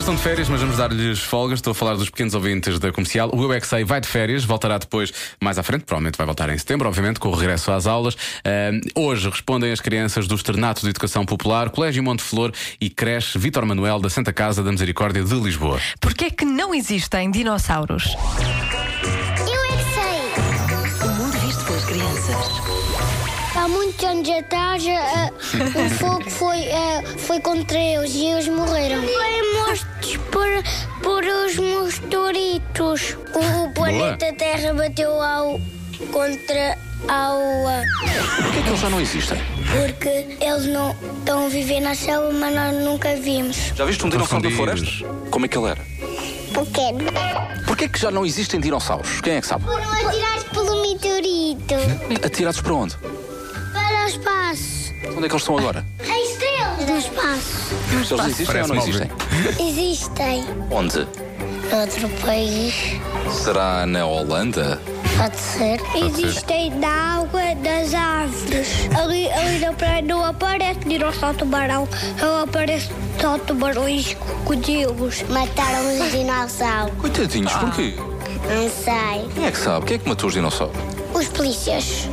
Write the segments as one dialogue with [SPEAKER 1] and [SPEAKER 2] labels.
[SPEAKER 1] Estão de férias, mas vamos dar-lhes folgas. Estou a falar dos pequenos ouvintes da comercial. O Eu é Que Sei vai de férias, voltará depois, mais à frente. Provavelmente vai voltar em setembro, obviamente, com o regresso às aulas. Ahm, hoje respondem as crianças do Externato de Educação Popular, Colégio Monte Flor e Creche Vitor Manuel da Santa Casa da Misericórdia de Lisboa.
[SPEAKER 2] Porquê é que não existem dinossauros?
[SPEAKER 3] Eu é que sei!
[SPEAKER 4] O mundo visto pelas crianças.
[SPEAKER 3] Há muitos anos atrás, eh, o fogo foi, eh, foi contra eles e eles morreram. Foram mortos por, por os mostoritos. O, o planeta Terra bateu ao, contra a Lua.
[SPEAKER 5] Porquê é que eles já não existem?
[SPEAKER 3] Porque eles não estão a viver na selva, mas nós nunca vimos.
[SPEAKER 5] Já viste um dinossauro da floresta?
[SPEAKER 1] Confundidos.
[SPEAKER 5] Como é que ele era?
[SPEAKER 3] Pequeno.
[SPEAKER 5] Porquê é que já não existem dinossauros? Quem é que sabe?
[SPEAKER 3] Foram atirados pelo meteorito.
[SPEAKER 5] Atirados para onde?
[SPEAKER 3] Para o espaço.
[SPEAKER 5] Onde é que eles estão agora?
[SPEAKER 3] A estrela. No espaço.
[SPEAKER 5] Se eles existem ou não
[SPEAKER 1] Parece-me
[SPEAKER 5] existem?
[SPEAKER 3] Existem.
[SPEAKER 5] Onde?
[SPEAKER 3] Outro país.
[SPEAKER 5] Será na Holanda?
[SPEAKER 3] Pode ser. Existem na água das árvores. Ali, ali na praia não aparece dinossauro tubarão, não aparece só tubarões e crocodilos. Mataram os dinossauros.
[SPEAKER 5] Coitadinhos, porquê?
[SPEAKER 3] Não sei.
[SPEAKER 5] Quem é que sabe? Quem é que matou os dinossauros?
[SPEAKER 3] Os polícias.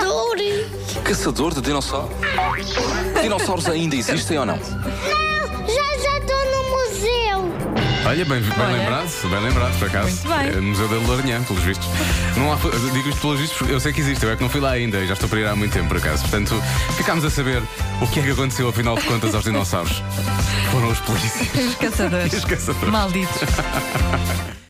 [SPEAKER 3] Dori.
[SPEAKER 5] Caçador de dinossauros? Dinossauros ainda existem ou não?
[SPEAKER 3] Não, já já estou no museu.
[SPEAKER 1] Olha, bem, bem
[SPEAKER 2] Olha.
[SPEAKER 1] lembrado, bem lembrado, por acaso.
[SPEAKER 2] Muito bem.
[SPEAKER 1] É, Museu da Lourinhã, pelos vistos. Não há, digo isto pelos vistos porque eu sei que existe, eu é que não fui lá ainda e já estou para ir há muito tempo, por acaso. Portanto, ficámos a saber o que é que aconteceu, afinal de contas, aos dinossauros. Foram os polícias.
[SPEAKER 2] Os caçadores.
[SPEAKER 1] Os caçadores.
[SPEAKER 2] Malditos.